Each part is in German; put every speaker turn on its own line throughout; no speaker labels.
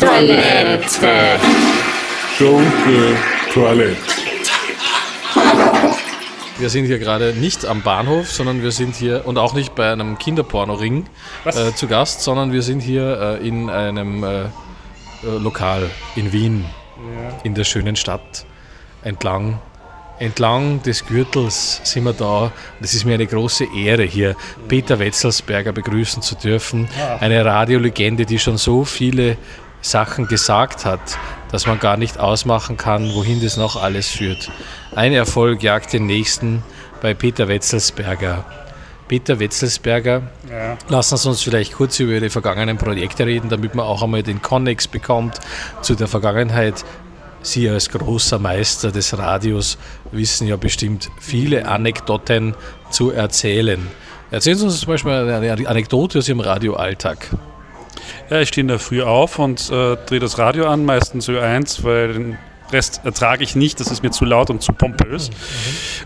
Schunke-Toilette.
Schunke Toilette.
Wir sind hier gerade nicht am Bahnhof, sondern wir sind hier und auch nicht bei einem Kinderpornoring äh, zu Gast, sondern wir sind hier äh, in einem äh, äh, Lokal in Wien, in der schönen Stadt, entlang. Entlang des Gürtels sind wir da. Und Es ist mir eine große Ehre, hier Peter Wetzelsberger begrüßen zu dürfen. Eine Radiolegende, die schon so viele Sachen gesagt hat, dass man gar nicht ausmachen kann, wohin das noch alles führt. Ein Erfolg jagt den nächsten bei Peter Wetzelsberger. Peter Wetzelsberger, lassen Sie uns vielleicht kurz über Ihre vergangenen Projekte reden, damit man auch einmal den Connex bekommt zu der Vergangenheit. Sie als großer Meister des Radios wissen ja bestimmt viele Anekdoten zu erzählen. Erzählen Sie uns zum Beispiel eine Anekdote aus Ihrem Radioalltag.
Ja, ich stehe in der Früh auf und äh, drehe das Radio an, meistens Ö1, weil den Rest ertrage ich nicht, das ist mir zu laut und zu pompös.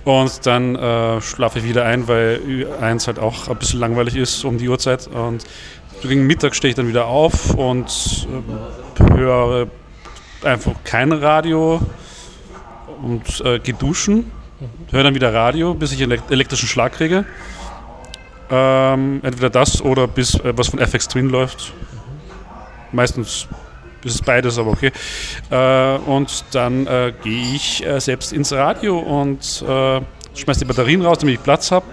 Und dann äh, schlafe ich wieder ein, weil Ö1 halt auch ein bisschen langweilig ist um die Uhrzeit. Und so gegen Mittag stehe ich dann wieder auf und äh, höre einfach kein Radio und äh, gehe duschen. Höre dann wieder Radio, bis ich elek elektrischen Schlag kriege. Ähm, entweder das oder bis äh, was von FX Twin läuft. Meistens ist es beides, aber okay. Äh, und dann äh, gehe ich äh, selbst ins Radio und äh, schmeiß die Batterien raus, damit ich Platz habe.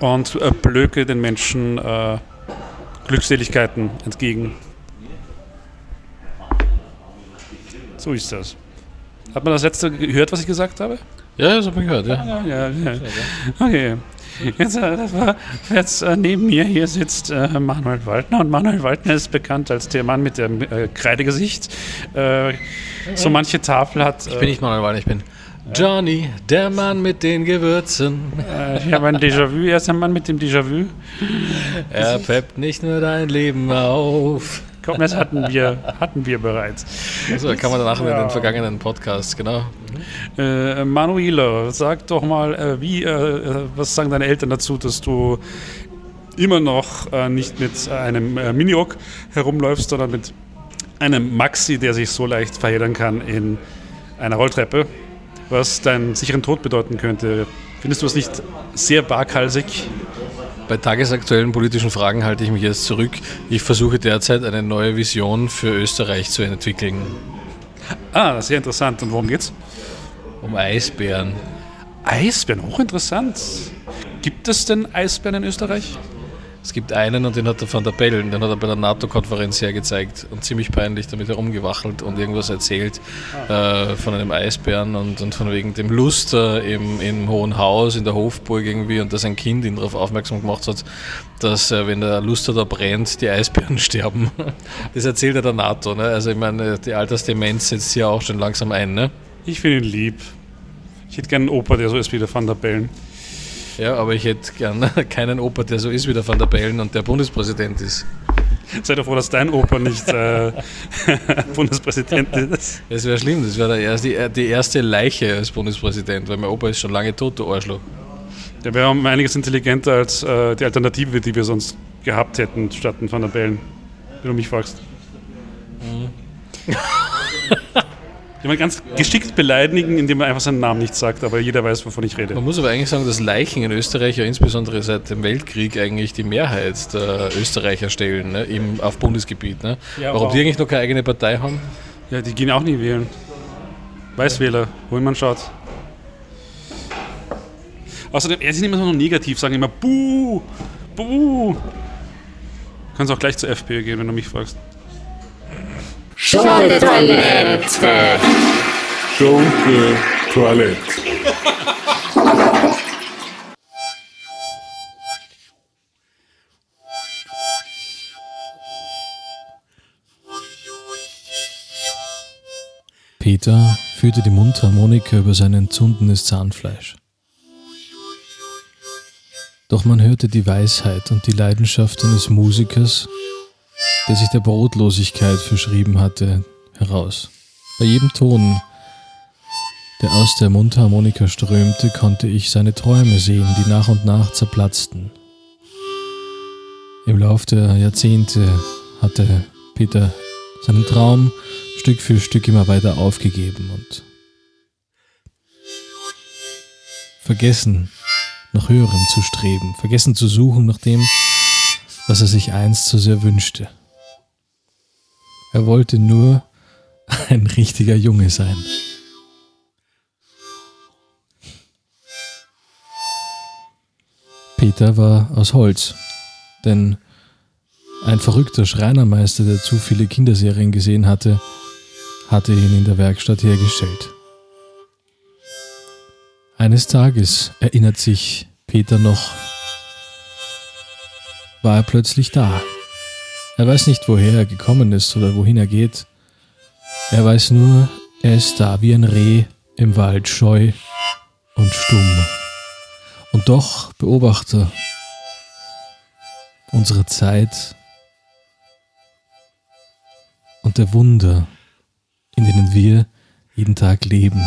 Und äh, blöke den Menschen äh, Glückseligkeiten entgegen. So ist das. Hat man das letzte gehört, was ich gesagt habe?
Ja, das habe ich gehört, ja.
Ja, ja. Okay. Jetzt, äh, das war, jetzt äh, neben mir hier sitzt äh, Manuel Waldner und Manuel Waldner ist bekannt als der Mann mit dem äh, Kreidegesicht. Äh, so manche Tafel hat.
Ich bin nicht Manuel Weiner, ich bin Johnny, der Mann mit den Gewürzen.
Äh, ich habe ein Déjà-vu. Er ist ein Mann mit dem Déjà-vu.
Er peppt nicht nur dein Leben auf.
Komm, das hatten wir, hatten wir bereits.
So kann man danach in den vergangenen Podcasts, genau.
Äh, Manuela, sag doch mal, äh, wie, äh, äh, was sagen deine Eltern dazu, dass du immer noch äh, nicht mit einem äh, Minirock herumläufst, sondern mit einem Maxi, der sich so leicht verheddern kann in einer Rolltreppe, was deinen sicheren Tod bedeuten könnte. Findest du das nicht sehr waghalsig?
Bei tagesaktuellen politischen Fragen halte ich mich jetzt zurück. Ich versuche derzeit eine neue Vision für Österreich zu entwickeln.
Ah, sehr interessant. Und worum geht's?
Um Eisbären.
Eisbären, hochinteressant. Gibt es denn Eisbären in Österreich?
Es gibt einen und den hat der Van der Bellen, den hat er bei der NATO-Konferenz hergezeigt und ziemlich peinlich damit herumgewachelt und irgendwas erzählt äh, von einem Eisbären und, und von wegen dem Luster im, im Hohen Haus, in der Hofburg irgendwie und dass ein Kind ihn darauf aufmerksam gemacht hat, dass äh, wenn der Luster da brennt, die Eisbären sterben. Das erzählt er der NATO, ne? Also ich meine, die Altersdemenz setzt ja auch schon langsam ein, ne?
Ich finde ihn lieb. Ich hätte gerne einen Opa, der so ist wie der Van der Bellen.
Ja, aber ich hätte gern keinen Opa, der so ist wie der Van der Bellen und der Bundespräsident ist.
Sei doch froh, dass dein Opa nicht äh, Bundespräsident ist.
Das wäre schlimm, das wäre erste, äh, die erste Leiche als Bundespräsident, weil mein Opa ist schon lange tot, du Arschloch.
Der wäre um einiges intelligenter als äh, die Alternative, die wir sonst gehabt hätten, statt den Van der Bellen, wenn du mich fragst. Jemand ganz geschickt beleidigen, indem man einfach seinen Namen nicht sagt, aber jeder weiß, wovon ich rede.
Man muss aber eigentlich sagen, dass Leichen in Österreich ja insbesondere seit dem Weltkrieg eigentlich die Mehrheit der Österreicher stellen, ne? Im, auf Bundesgebiet. Ne?
Ja,
Warum
aber-
die eigentlich noch keine eigene Partei haben?
Ja, die gehen auch nie wählen. Weißwähler, wohin man schaut. Außerdem, er ist immer so negativ, sagen immer Buh, Buh. Kannst auch gleich zur FPÖ gehen, wenn du mich fragst.
Schunke-Toilette.
Schunke Toilette.
Peter führte die Mundharmonika über sein entzundenes Zahnfleisch. Doch man hörte die Weisheit und die Leidenschaft eines Musikers, der sich der Brotlosigkeit verschrieben hatte, heraus. Bei jedem Ton, der aus der Mundharmonika strömte, konnte ich seine Träume sehen, die nach und nach zerplatzten. Im Lauf der Jahrzehnte hatte Peter seinen Traum Stück für Stück immer weiter aufgegeben und vergessen, nach Höherem zu streben, vergessen zu suchen nach dem, was er sich einst so sehr wünschte. Er wollte nur ein richtiger Junge sein. Peter war aus Holz, denn ein verrückter Schreinermeister, der zu viele Kinderserien gesehen hatte, hatte ihn in der Werkstatt hergestellt. Eines Tages, erinnert sich Peter noch, war er plötzlich da. Er weiß nicht, woher er gekommen ist oder wohin er geht. Er weiß nur, er ist da wie ein Reh im Wald scheu und stumm. Und doch, Beobachter, unsere Zeit und der Wunder, in denen wir jeden Tag leben.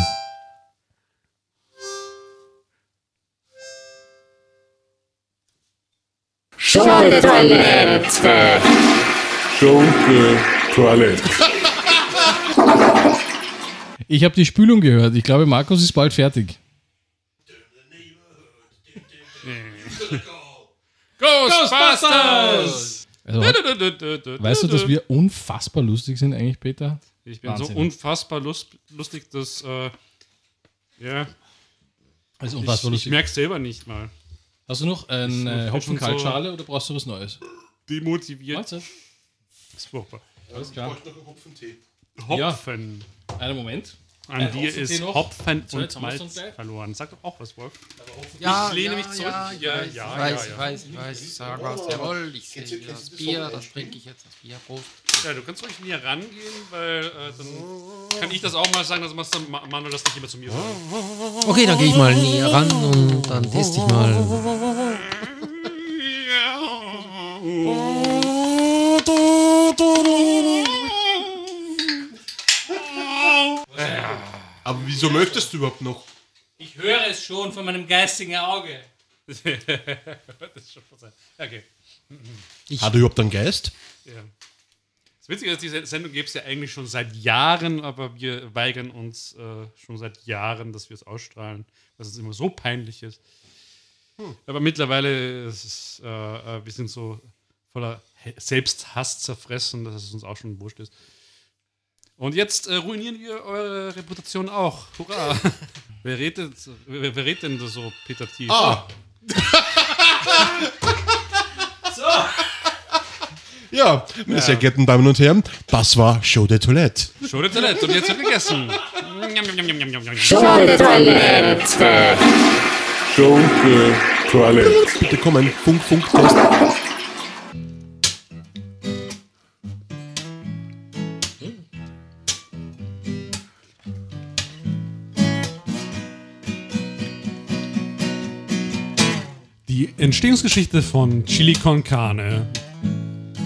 Schunke Toilette.
Schunke Toilette.
Ich habe die Spülung gehört. Ich glaube, Markus ist bald fertig.
Ghostbusters!
Also, weißt du, dass wir unfassbar lustig sind eigentlich, Peter?
Ich bin
Wahnsinn.
so unfassbar lust, lustig, dass. Äh, ja,
Also
ich, ich merke es selber nicht mal.
Hast du noch eine
Ich-
äh,
ich
Hopfenkaltschale oder brauchst du was Neues?
Demotiviert.
Warte,
Super.
alles klar.
Hopfen.
Einen Moment.
An
Äh,
dir
Hopfen
ist
Tee noch?
Hopfen
So, jetzt
und
haben wir's
Malz
dann gleich.
verloren. Sag doch auch was, Wolf.
Ja,
Ich lehne
ja,
mich zurück.
Ja, ich
Ja,
weiß,
ja,
ich weiß,
ja, ja.
ich weiß, ich weiß. Sag was, jawohl, ich sehe hier das Bier, das trinke ich jetzt, das Bier, Prost.
Ja, du kannst ruhig näher rangehen, weil äh, dann kann ich das auch mal sagen, dass machst du Ma- Manuel das nicht immer zu mir sagen.
Okay, dann gehe ich mal näher ran und dann teste ich mal.
Aber wieso möchtest du überhaupt noch?
Ich höre es schon von meinem geistigen Auge.
das ist schon vorbei. Okay.
Hat er überhaupt einen Geist?
Ja. Das Witzige ist, diese Sendung gäbe es ja eigentlich schon seit Jahren, aber wir weigern uns äh, schon seit Jahren, dass wir es ausstrahlen, was uns immer so peinlich ist. Aber mittlerweile ist es, äh, äh, wir sind so voller He- Selbsthass zerfressen, dass es uns auch schon wurscht ist. Und jetzt äh, ruinieren wir eure Reputation auch. Hurra! wer, redet, wer, wer redet denn da so, Peter T?
Ah! Ja, meine sehr geehrten Damen und Herren, das war Show de Toilette.
Show the Toilette. Und jetzt wird gegessen. Njam, njam, njam, njam, njam, njam.
Schunke Toilette.
Schunke Toilette.
Bitte kommen, Funk, Funk, Test.
Die Entstehungsgeschichte von Chili con Carne.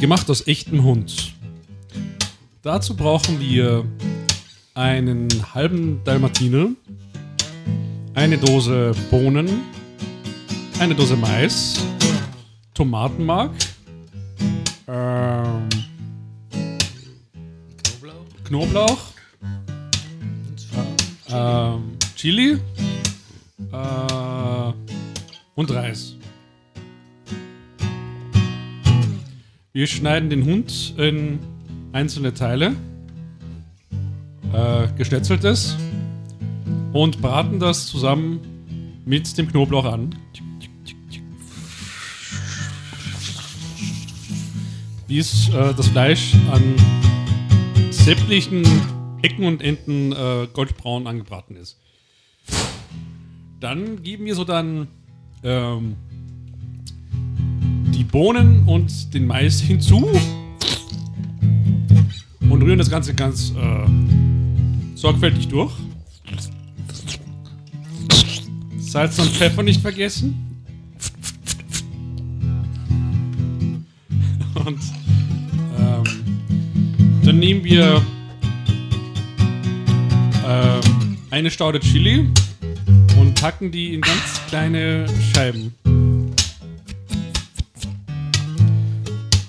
Gemacht aus echtem Hund. Dazu brauchen wir einen halben Dalmatiner, eine Dose Bohnen, eine Dose Mais, Tomatenmark, ähm, Knoblauch, ähm, Chili äh, und Reis. Wir schneiden den Hund in einzelne Teile, äh, geschnetzeltes, und braten das zusammen mit dem Knoblauch an. Bis äh, das Fleisch an sämtlichen Ecken und Enden äh, goldbraun angebraten ist. Dann geben wir so dann ähm, die Bohnen und den Mais hinzu und rühren das Ganze ganz äh, sorgfältig durch. Salz und Pfeffer nicht vergessen. Und ähm, dann nehmen wir ähm, eine Staude Chili und packen die in ganz kleine Scheiben.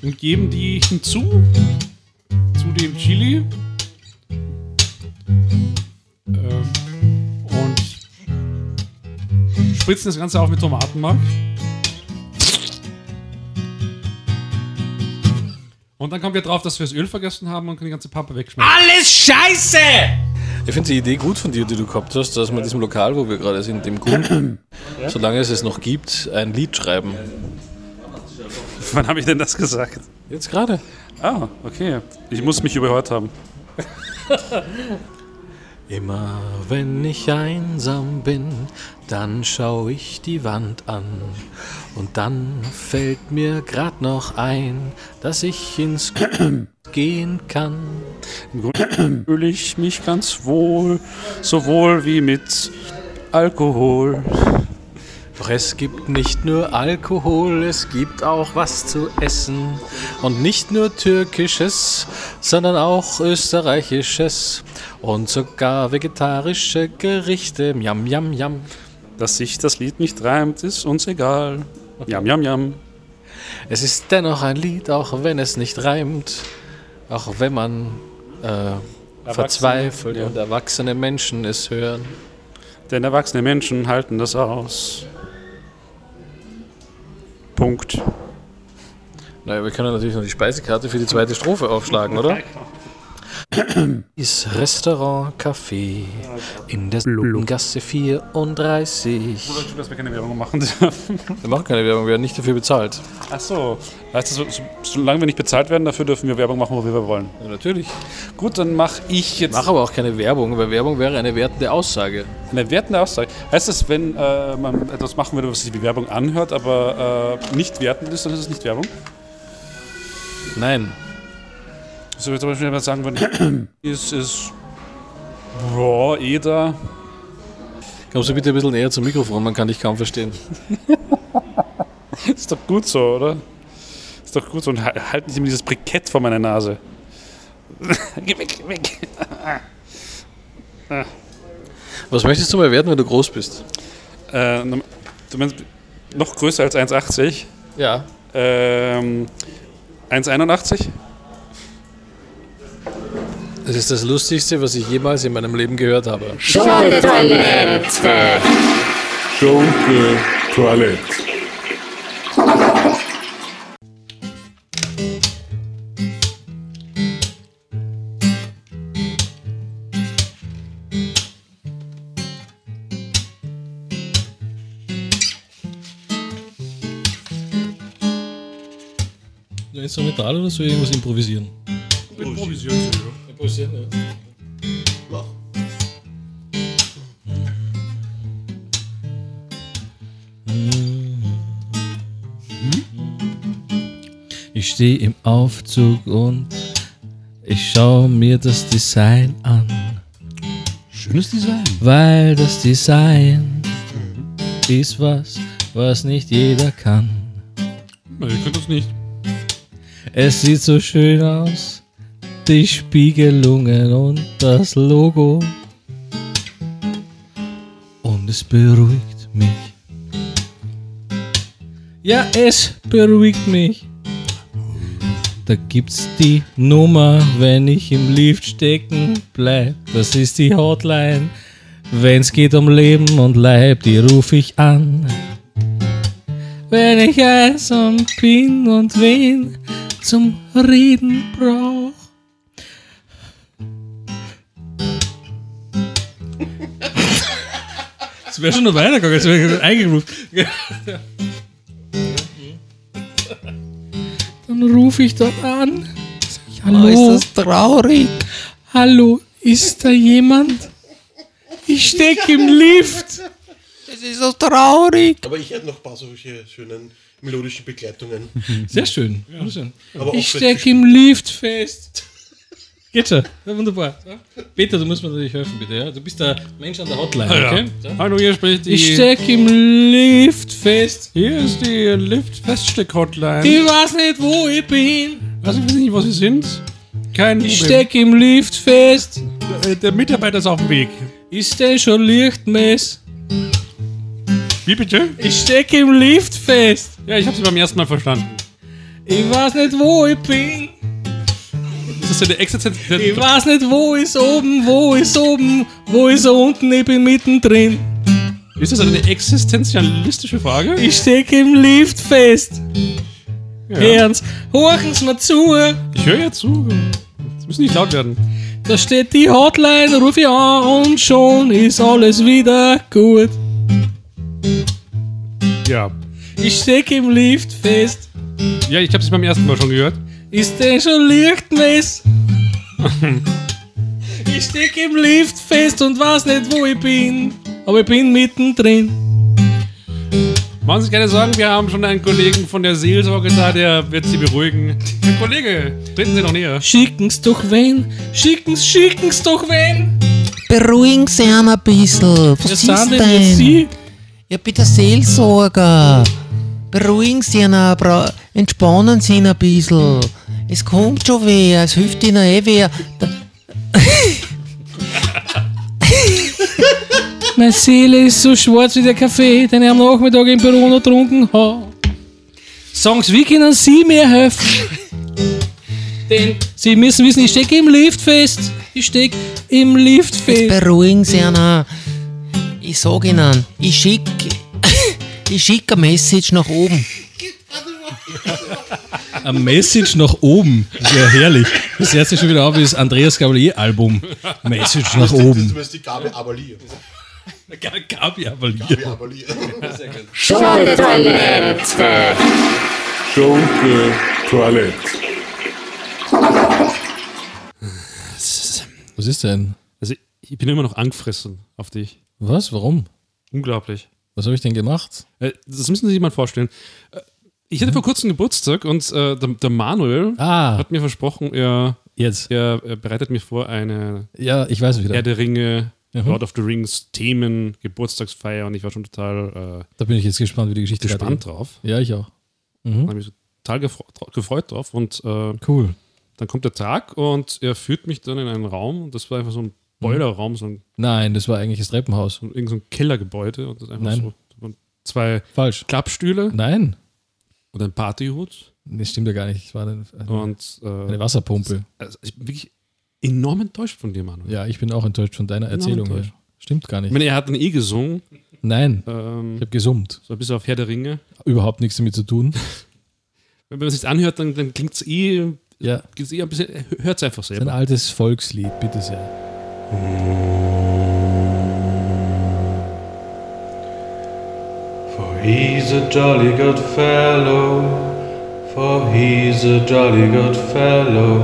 Und geben die hinzu
dem Chili. Ähm, und spritzen das Ganze auf mit Tomatenmark. Und dann kommen wir drauf, dass wir das Öl vergessen haben und können die ganze Pappe wegschmeißen.
Alles Scheiße!
Ich finde die Idee gut von dir, die du gehabt hast, dass wir in diesem Lokal, wo wir gerade sind, dem Kunden, solange es es noch gibt, ein Lied schreiben.
Wann habe ich denn das gesagt?
Jetzt gerade.
Ah, okay. Ich muss mich überhört haben.
Immer wenn ich einsam bin, dann schau ich die Wand an. Und dann fällt mir grad noch ein, dass ich ins gehen kann.
Im Grunde fühle ich mich ganz wohl, sowohl wie mit Alkohol.
Doch es gibt nicht nur Alkohol, es gibt auch was zu essen. Und nicht nur türkisches, sondern auch österreichisches. Und sogar vegetarische Gerichte. Yam, yam, yam.
Dass sich das Lied nicht reimt, ist uns egal. Jam, jam, jam.
Es ist dennoch ein Lied, auch wenn es nicht reimt. Auch wenn man äh, verzweifelt und erwachsene Menschen es hören.
Denn erwachsene Menschen halten das aus. Punkt.
Naja, wir können natürlich noch die Speisekarte für die zweite Strophe aufschlagen, oder? Ist Restaurant Café in der Gasse 34.
Schon, dass wir keine Werbung machen dürfen.
Wir machen keine Werbung, wir werden nicht dafür bezahlt.
Ach so. Heißt das, so, so, solange wir nicht bezahlt werden, dafür dürfen wir Werbung machen, wo wir wollen.
Ja, Also natürlich.
Gut, dann mache ich jetzt
Mach aber auch keine Werbung, weil Werbung wäre eine wertende Aussage.
eine wertende Aussage. Heißt das, wenn äh, man etwas machen würde, was sich wie Werbung anhört, aber äh, nicht wertend ist, dann ist es nicht Werbung?
Nein.
So wie Also zum Beispiel, wenn man sagen würde, ist es. Boah, eh Eder.
Kommst du bitte ein bisschen näher zum Mikrofon, man kann dich kaum verstehen.
Ist doch gut so, oder? Ist doch gut so. Und ha- halt nicht immer dieses Brikett vor meiner Nase. geh weg, geh weg.
Was möchtest du mal werden, wenn du groß bist?
Äh, du meinst noch größer als 1,80?
Ja.
Ähm, 1,81?
Das ist das Lustigste, was ich jemals in meinem Leben gehört habe.
Schunke Toilette.
Schunke Toilette.
Nur instrumental oder soll ich irgendwas improvisieren?
Improvisieren, ja.
Ich stehe im Aufzug und ich schaue mir das Design an,
Schönes Design.
weil das Design ist was, was nicht jeder kann.
Nein, ihr könnt das nicht.
Es sieht so schön aus, die Spiegelungen und das Logo. Und es beruhigt mich. Ja, es beruhigt mich. Da gibt's die Nummer, wenn ich im Lift stecken bleib. Das ist die Hotline. Wenn's geht um Leben und Leib, die ruf ich an. Wenn ich einsam bin und wen zum Reden brauch.
Das wäre schon noch weitergegangen, jetzt wäre ich eingerufen.
Dann rufe ich dort an. Sag ich, Hallo. ist das traurig? Hallo, ist da jemand? Ich stecke im Lift. Das ist so traurig.
Aber ich hätte noch ein paar solche schönen melodischen Begleitungen.
Sehr schön. wunderschön.
Aber
Ich stecke im Lift fest.
Geht schon. Ja, wunderbar. So. Peter, du musst mir natürlich helfen, bitte. Ja? Du bist der Mensch an der Hotline, okay? So.
Hallo, hier spricht die.
Ich stecke im Lift fest.
hier ist die Lift-Feststeck-Hotline.
Ich weiß nicht, wo ich bin.
Was ich weiß nicht, wo sie sind. Kein
Ich
Problem.
stecke im Lift fest.
Äh, Der Mitarbeiter ist auf dem Weg.
Ist denn schon Lichtmess?
Wie bitte?
Ich stecke im Lift fest.
Ja, ich habe sie beim ersten Mal verstanden.
Ich weiß nicht, wo ich bin.
ist das eine Existenz.
Ich weiß nicht, wo ist oben, wo ist oben, wo ist er unten, ich bin mittendrin.
Ist das eine existenzialistische Frage?
Ich stecke im Lift fest. Herrens, horchen Sie mir zu.
Ich höre ja zu. Es muss nicht laut werden.
Da steht die Hotline, ruf ich an und schon ist alles wieder gut.
Ja.
Ich stecke im Lift fest.
Ja, ich habe es beim ersten Mal schon gehört.
Ist denn schon Lichtmess? ich stecke im Lift fest und weiß nicht, wo ich bin. Aber ich bin mittendrin.
Machen Sie sich keine Sorgen, wir haben schon einen Kollegen von der Seelsorge da, der wird Sie beruhigen. Herr Kollege, treten Sie noch näher.
Schicken's doch wen? Schicken's, schicken's doch wen?
Beruhigen Sie einmal ein bisschen.
Wer
Was
sind
ist
denn jetzt
denn?
Sie?
Ja, bitte Seelsorger. Beruhigen Sie ihn, ein bra- entspannen Sie ihn ein bisschen. Es kommt schon wer, es hilft Ihnen eh wer. Da-
Meine Seele ist so schwarz wie der Kaffee, den ich am Nachmittag im Büro noch getrunken habe. Sagen Sie, wie können Sie mir helfen? Denn Sie müssen wissen, ich stecke im Lift fest. Ich stecke im Lift fest.
Beruhigen Sie ihn. auch. Ich sag Ihnen, ich schicke ich schick eine Message nach oben.
A Message nach oben. Ja, herrlich. Das hört sich schon wieder auf wie das Andreas Gabalier-Album. Message nach oben.
ist die Gabi Avalier.
Gabi Gabalier.
Schade, Toilette.
Schunke Toilette.
Was ist denn?
Also ich bin immer noch angefressen auf dich.
Was? Warum?
Unglaublich.
Was habe ich denn gemacht?
Äh, Das müssen Sie sich mal vorstellen. Äh, Ich hatte vor kurzem Geburtstag und äh, der, der Manuel
Ah,
hat mir versprochen, er,
jetzt.
er, er bereitet mir vor eine
Ja, ich weiß wieder.
Herr der Ringe,
Mhm.
Lord of the Rings Themen, Geburtstagsfeier und ich war schon total
Da bin ich jetzt gespannt, wie die
äh,
Geschichte
gespannt drauf.
weitergeht. Ja, ich auch. Mhm.
Da habe ich mich total gefreut, gefreut drauf und äh,
Cool.
dann kommt der Tag und er führt mich dann in einen Raum. Das war einfach
Mhm.
so ein Boilerraum, so ein,
Nein, das war eigentlich das Treppenhaus.
so ein, irgend so ein Kellergebäude und das einfach
Nein.
so. da waren Zwei
Falsch.
Klappstühle
Nein,
und ein Partyhut
das stimmt ja gar nicht. Es war eine,
und äh,
eine Wasserpumpe.
Also ich bin wirklich enorm enttäuscht von dir, Manuel.
Ja, ich bin auch enttäuscht von deiner Erzählung
enttäuscht.
her. Stimmt gar
Ich
nicht.
meine, er hat dann eh gesungen,
Nein, ich
ähm,
habe gesummt.
so ein bisschen auf Herr der Ringe.
Überhaupt nichts damit zu tun.
Wenn man es jetzt anhört, dann, dann klingt es eh,
Ja,
gibt's eh ein bisschen, hört es einfach
ein
selber.
altes Volkslied, bitte sehr.
For he's a jolly good fellow, for he's a jolly good fellow,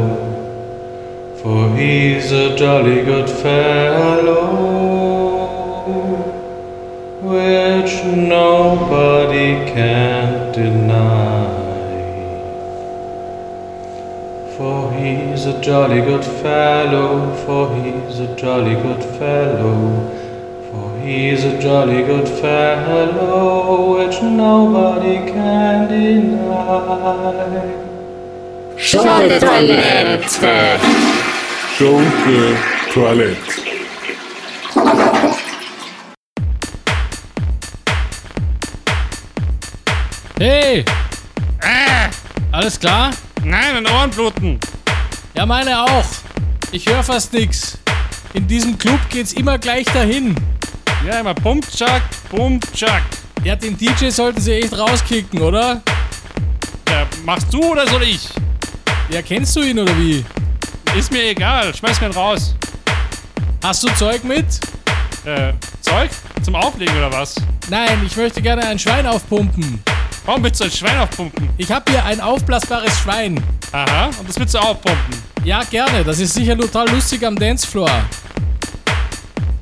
for he's a jolly good fellow, which nobody can deny. For he's a jolly good fellow, for he's a jolly good fellow, for he's a jolly good fellow which nobody can deny.
Schade, Toilette.
Schunke Toilette.
Hey! Alles klar?
Nein, meine Ohren bluten!
Ja, meine auch. Ich höre fast nichts. In diesem Club geht's immer gleich dahin.
Ja, immer Pumpchak, Pumpchak.
Ja, den DJ sollten sie echt rauskicken, oder?
Ja, Äh, machst du oder soll ich?
Ja, kennst du ihn oder wie?
Ist mir egal, schmeiß mir raus.
Hast du Zeug mit?
Äh, Zeug? Zum Auflegen oder was?
Nein, ich möchte gerne ein Schwein aufpumpen.
Warum willst du ein Schwein aufpumpen?
Ich habe hier ein aufblasbares Schwein.
Aha, und das willst du aufpumpen.
Ja, gerne. Das ist sicher total lustig am Dancefloor.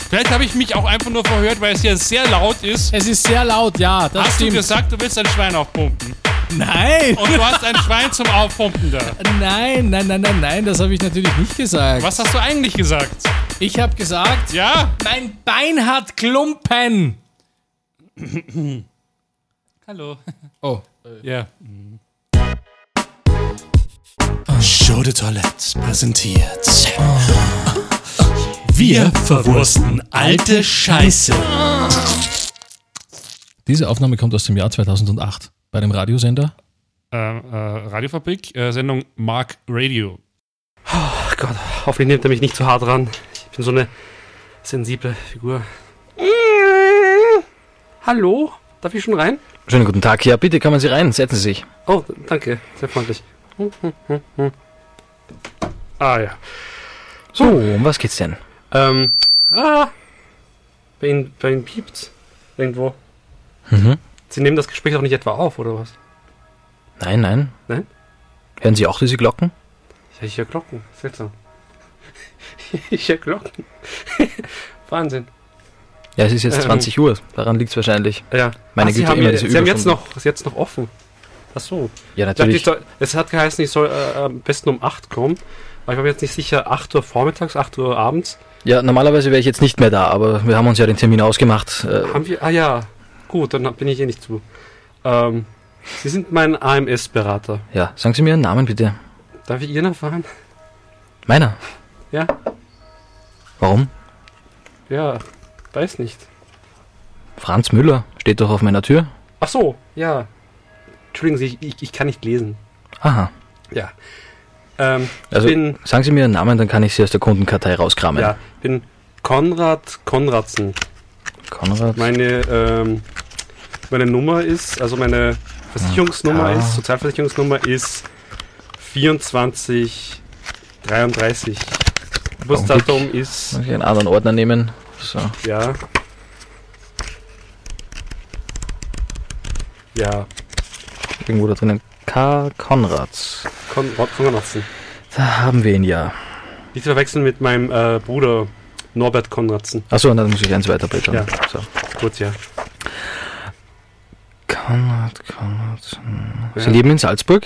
Vielleicht habe ich mich auch einfach nur verhört, weil es hier sehr laut ist.
Es ist sehr laut, ja. Das
Hast
stimmt.
du gesagt, du willst ein Schwein aufpumpen?
nein!
Und du hast ein Schwein zum Aufpumpen da.
Nein, nein, nein, nein, nein, das habe ich natürlich nicht gesagt.
Was hast du eigentlich gesagt?
Ich habe gesagt,
Ja?
mein Bein hat Klumpen.
Hallo.
Oh.
Ja.
Show de Toilette präsentiert. Wir verwursten alte Scheiße.
Diese Aufnahme kommt aus dem Jahr 2008 bei dem Radiosender.
äh, Ähm, äh, Radiofabrik, äh, Sendung Mark Radio.
Gott, hoffentlich nimmt er mich nicht zu hart ran. Ich bin so eine sensible Figur. Hallo? Darf ich schon rein?
Schönen guten Tag. Ja, bitte kommen Sie rein. Setzen Sie sich.
Oh, danke. Sehr freundlich. Hm, hm, hm, hm. Ah ja.
So, um was geht's denn?
Ähm, ah. Bei Ihnen, bei Ihnen piept's. Irgendwo.
Mhm.
Sie nehmen das Gespräch doch nicht etwa auf, oder was?
Nein, nein.
Nein?
Hören Sie auch diese Glocken?
Ja, ich höre Glocken. Seltsam. ich höre Glocken. Wahnsinn.
Ja, es ist jetzt
Ähm.
20 Uhr. Daran liegt's wahrscheinlich.
Ja.
Meine Güte,
Ach, Sie haben,
immer
ja-
diese
Sie haben jetzt
Überstunden.
noch, ist jetzt noch offen. Ach so.
Ja,
Ich dachte,
natürlich.
Ich soll, es hat geheißen, ich soll äh, am besten um 8 kommen. Aber ich war mir jetzt nicht sicher, 8 Uhr vormittags, 8 Uhr abends.
Ja, normalerweise wäre ich jetzt nicht mehr da, aber wir haben uns ja den Termin ausgemacht. Äh,
Haben wir, ah ja, gut, dann bin ich eh nicht zu. Ähm, Sie sind mein AMS-Berater.
ja, sagen Sie mir Ihren Namen bitte.
Darf ich Ihren erfahren?
Meiner.
Ja,
Warum?
ja, weiß nicht.
Franz Müller steht doch auf meiner Tür.
Ach so, ja. Entschuldigen Sie, ich, ich, ich kann nicht lesen.
Aha.
Ja. Ähm,
Also
ich bin,
sagen Sie mir Ihren Namen, dann kann ich Sie aus der Kundenkartei rauskramen.
ja, bin Konrad Konradsen.
Konrad.
Meine, ähm, meine Nummer ist, also meine Versicherungsnummer
Ah.
ist, Sozialversicherungsnummer ist 24 33. Geburtsdatum
Augenblick.
ist.
Muss ich einen anderen Ordner nehmen? So.
Ja. Ja,
Irgendwo da drinnen. K. Konrads.
Konrad Konradsen.
Da haben wir ihn ja.
Nicht zu verwechseln mit meinem äh, Bruder Norbert Konradsen.
Achso, dann muss ich eins weiterblättern.
Ja.
So.
Gut, ja.
Konrad, Konrad.
Ja.
Sie leben in Salzburg?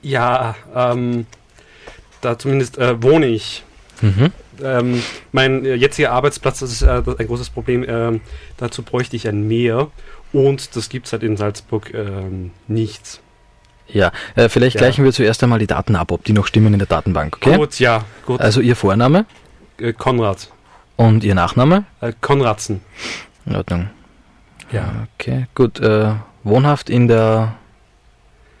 Ja, ähm, da zumindest äh, wohne ich.
Mhm.
Ähm, mein äh, jetziger Arbeitsplatz das ist äh, das- ein großes Problem. Ähm, dazu bräuchte ich ein Meer und das gibt es halt in Salzburg ähm, nicht.
Ja. Äh, vielleicht
Ja.
gleichen wir zuerst einmal die Daten ab, ob die noch stimmen in der Datenbank, okay?
Gut, ja, gut.
Also Ihr Vorname
äh, Konrad.
und Ihr Nachname?
Äh, Konradsen.
In Ordnung.
Ja.
Okay, gut. Äh, wohnhaft in der.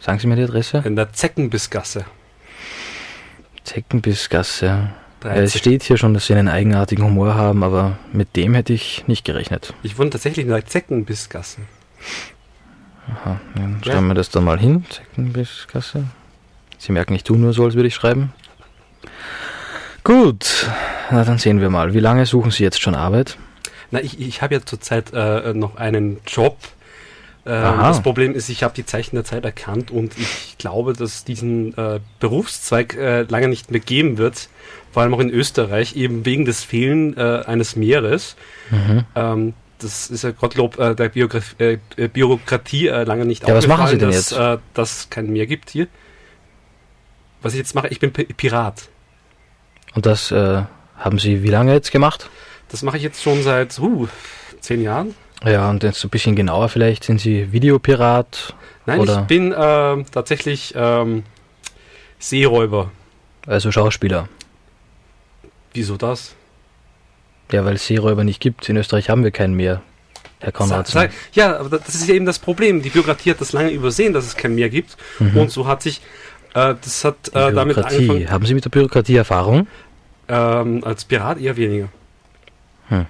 Sagen Sie mir die Adresse?
In der Zeckenbissgasse.
Zeckenbissgasse.
13.
Äh, Es steht hier schon, dass Sie einen eigenartigen Humor haben, aber mit dem hätte ich nicht gerechnet.
Ich wohne tatsächlich in der Zeckenbissgasse.
Aha, dann
Ja.
schreiben wir das dann mal hin. Zeckenbissgasse. Sie merken, ich tue nur so, als würde ich schreiben. Gut, na dann sehen wir mal. Wie lange suchen Sie jetzt schon Arbeit?
Na, ich, ich habe ja zurzeit äh, noch einen Job. Ähm,
Aha.
das Problem ist, ich habe die Zeichen der Zeit erkannt und ich glaube, dass diesen äh, Berufszweig äh, lange nicht mehr geben wird, vor allem auch in Österreich, eben wegen des Fehlen äh, eines Meeres.
Mhm.
Ähm, das ist ja Gottlob äh, der Biograf äh, äh, Bürokratie äh, lange nicht
Ja, was machen Sie denn
dass
jetzt?
äh, dass kein Meer gibt hier. Was ich jetzt mache, ich bin Pi- Pirat.
Und das äh, haben Sie wie lange jetzt gemacht?
Das mache ich jetzt schon seit uh, zehn Jahren.
Ja, und jetzt ein bisschen genauer vielleicht. Sind Sie Videopirat?
Nein,
oder
ich bin ähm, tatsächlich ähm, Seeräuber.
also Schauspieler?
Wieso das?
Ja, weil es Seeräuber nicht gibt. In Österreich haben wir keinen mehr, Herr Konrad.
Sa- sa- ja, aber das ist ja eben das Problem. Die Bürokratie hat das lange übersehen, dass es kein Meer gibt.
Mhm.
Und so hat sich, äh, das hat äh, damit
Bürokratie.
angefangen,
Haben Sie mit der Bürokratie Erfahrung?
ähm, als Pirat eher weniger.
Hm.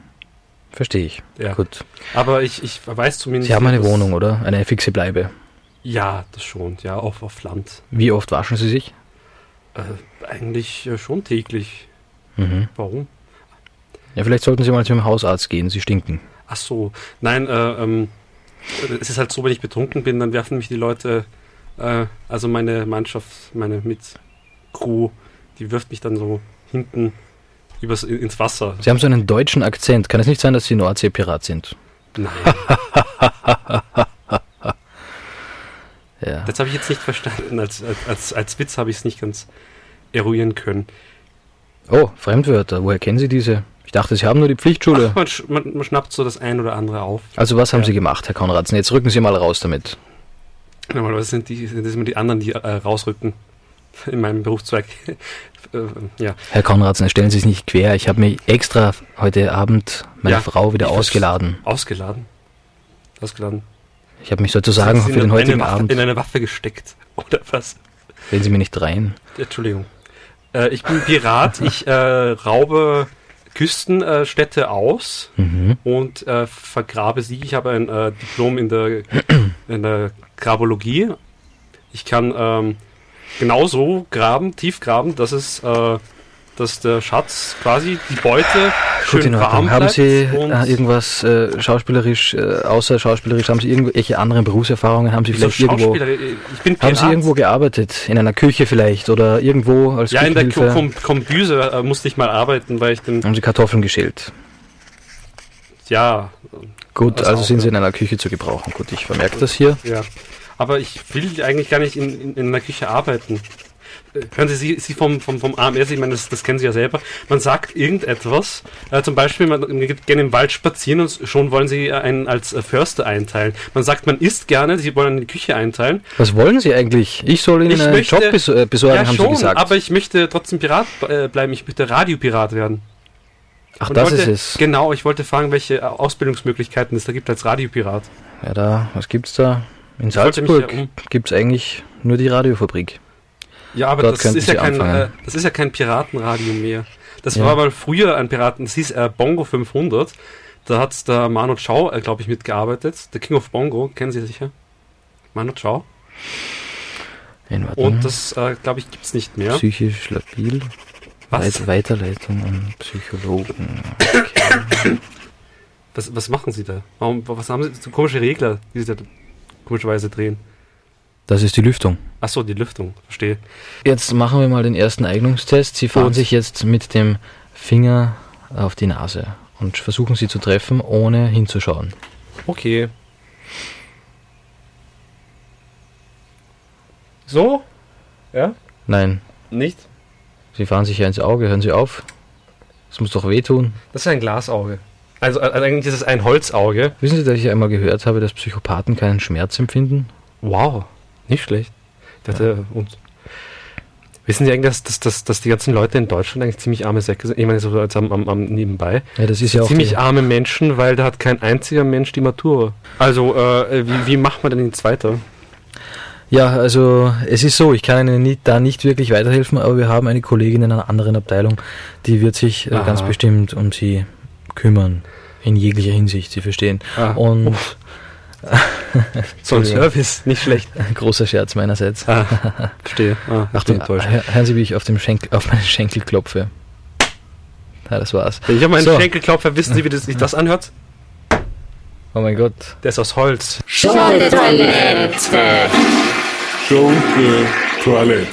Verstehe ich.
Ja.
Gut.
Aber ich, ich weiß zumindest...
Sie haben eine
dass-
Wohnung, oder? Eine fixe Bleibe.
Ja, das schon. Ja, auf, auf Land.
Wie oft waschen Sie sich?
Äh, eigentlich äh, schon täglich.
Mhm.
Warum?
Ja, vielleicht sollten Sie mal zum Hausarzt gehen. Sie stinken.
Ach so, nein, äh, ähm, es ist halt so, wenn ich betrunken bin, dann werfen mich die Leute, äh, also meine Mannschaft, meine Mit-Crew, die wirft mich dann so hinten übers, ins Wasser.
Sie haben so einen deutschen Akzent. Kann es nicht sein, dass Sie Nordsee-Pirat sind?
Nein,
Ja.
das habe ich jetzt nicht verstanden. Als, als- als, als Witz habe ich es nicht ganz eruieren können.
Oh, Fremdwörter. Woher kennen Sie diese? Ich dachte, Sie haben nur die Pflichtschule.
Man, sch man, man schnappt so das ein oder andere auf.
Also was haben
Ja.
Sie gemacht, Herr Konradsen? Jetzt rücken Sie mal raus damit.
Normalerweise sind, die, sind das immer die anderen, die äh, rausrücken in meinem Berufszweig. äh, ja.
Herr Konradsen, stellen Sie es nicht quer. Ich habe mir extra heute Abend meine
Ja,
Frau wieder
ich verste-
ausgeladen.
Ausgeladen. Ausgeladen.
Ich habe mich sozusagen
Sind Sie
für den
in
heutigen
eine Waffe,
Abend,
In eine Waffe gesteckt. Oder was?
wenn Sie mir nicht rein.
Entschuldigung. Äh, ich bin Pirat, ich äh, raube Küstenstädte aus
Mhm.
und äh, vergrabe sie. Ich habe ein äh, Diplom in der, in der Grabologie. Ich kann ähm, genauso graben, tief graben, dass es äh, dass der Schatz quasi die Beute
Gut
schön
in
warm
Ordnung. Haben
bleibt
Sie
und
äh, irgendwas äh, schauspielerisch, äh, außer schauspielerisch, haben Sie irgendwelche anderen Berufserfahrungen? Haben Sie
Wieso
vielleicht irgendwo.
Schauspieler? Ich bin
Haben Sie
Pirat.
irgendwo gearbeitet? In einer Küche vielleicht? Oder irgendwo als
ja, in der
Küchenhilfe?
Kom- Kombüse äh, musste ich mal arbeiten, weil ich den
Haben Sie Kartoffeln geschält?
ja
Gut,
Das
also
auch,
sind Sie in einer Küche zu gebrauchen. Gut, ich vermerke das hier.
Ja. Aber ich will eigentlich gar nicht in, in, in der Küche arbeiten. Äh, Hören Sie, Sie, Sie vom, vom, vom AMS, ich meine, das, das kennen Sie ja selber. Man sagt irgendetwas, äh, zum Beispiel, man geht gerne im Wald spazieren und schon wollen Sie einen als äh, Förster einteilen. Man sagt, man isst gerne, Sie wollen eine Küche einteilen.
Was wollen Sie eigentlich? Ich soll Ihnen
Ich
einen
möchte-
Job bes äh, besorgen,
ja,
haben
schon,
Sie gesagt.
aber ich möchte trotzdem Pirat äh, bleiben, ich möchte Radiopirat werden.
Ach,
Und
das
wollte,
ist es.
Genau, ich wollte fragen, welche äh, Ausbildungsmöglichkeiten es da gibt als Radiopirat.
Ja, da, was gibt's da? In
Ich wollte mich
Salzburg
ja um-
gibt's eigentlich nur die Radiofabrik.
Ja, aber
Dort
das,
könnten
ist ja
Sie
kein, äh,
anfangen.
das ist ja kein Piratenradio mehr. Das
Ja.
war mal früher ein Piraten, das hieß äh, Bongo 500. Da hat der Manu Chao, äh, glaube ich, mitgearbeitet. Der King of Bongo, kennen Sie sicher? Manu Chao.
In Ordnung.
Und das, äh, glaube ich, gibt es nicht mehr.
Psychisch labil.
Was?
Weit Weiterleitung an Psychologen.
Was, was machen Sie da? Warum, was haben Sie so komische Regler, die Sie da komischerweise drehen?
Das ist die Lüftung.
Achso, die Lüftung, verstehe.
Jetzt machen wir mal den ersten Eignungstest. Sie fahren
Gut.
sich jetzt mit dem Finger auf die Nase und versuchen sie zu treffen, ohne hinzuschauen.
Okay. So? Ja?
Nein,
Nicht?
sie fahren sich ja ins Auge, hören Sie auf. Es muss doch wehtun.
Das ist ein Glasauge. Also, also eigentlich ist es ein Holzauge.
Wissen Sie, dass ich einmal gehört habe, dass Psychopathen keinen Schmerz empfinden?
Wow, nicht schlecht. Ich dachte, und wissen Sie eigentlich, dass, dass, dass, dass die ganzen Leute in Deutschland eigentlich ziemlich arme Säcke sind? Ich meine, so jetzt am, am, am nebenbei.
Ja, das ist ja auch
Ziemlich
die-
arme Menschen, weil da hat kein einziger Mensch die Matura. Also, äh, wie, wie macht man denn jetzt weiter?
Ja, also es ist so, ich kann Ihnen nie, da nicht wirklich weiterhelfen, aber wir haben eine Kollegin in einer anderen Abteilung, die wird sich äh,
Aha.
ganz bestimmt um Sie kümmern. In jeglicher Hinsicht, Sie verstehen.
Ah,
Und
So ein Service, nicht schlecht.
Großer Scherz meinerseits.
verstehe. Ah, ich bin
Achtung,
enttäuscht.
hör- hören Sie, wie ich auf, dem Schenkel, auf meinen Schenkel klopfe. Ja, das war's.
Ich habe meinen
So.
Schenkelklopfer, wissen Sie, wie das, sich das anhört?
Oh mein Gott.
Der ist aus Holz.
Schunke Toilette. Schunke Toilette.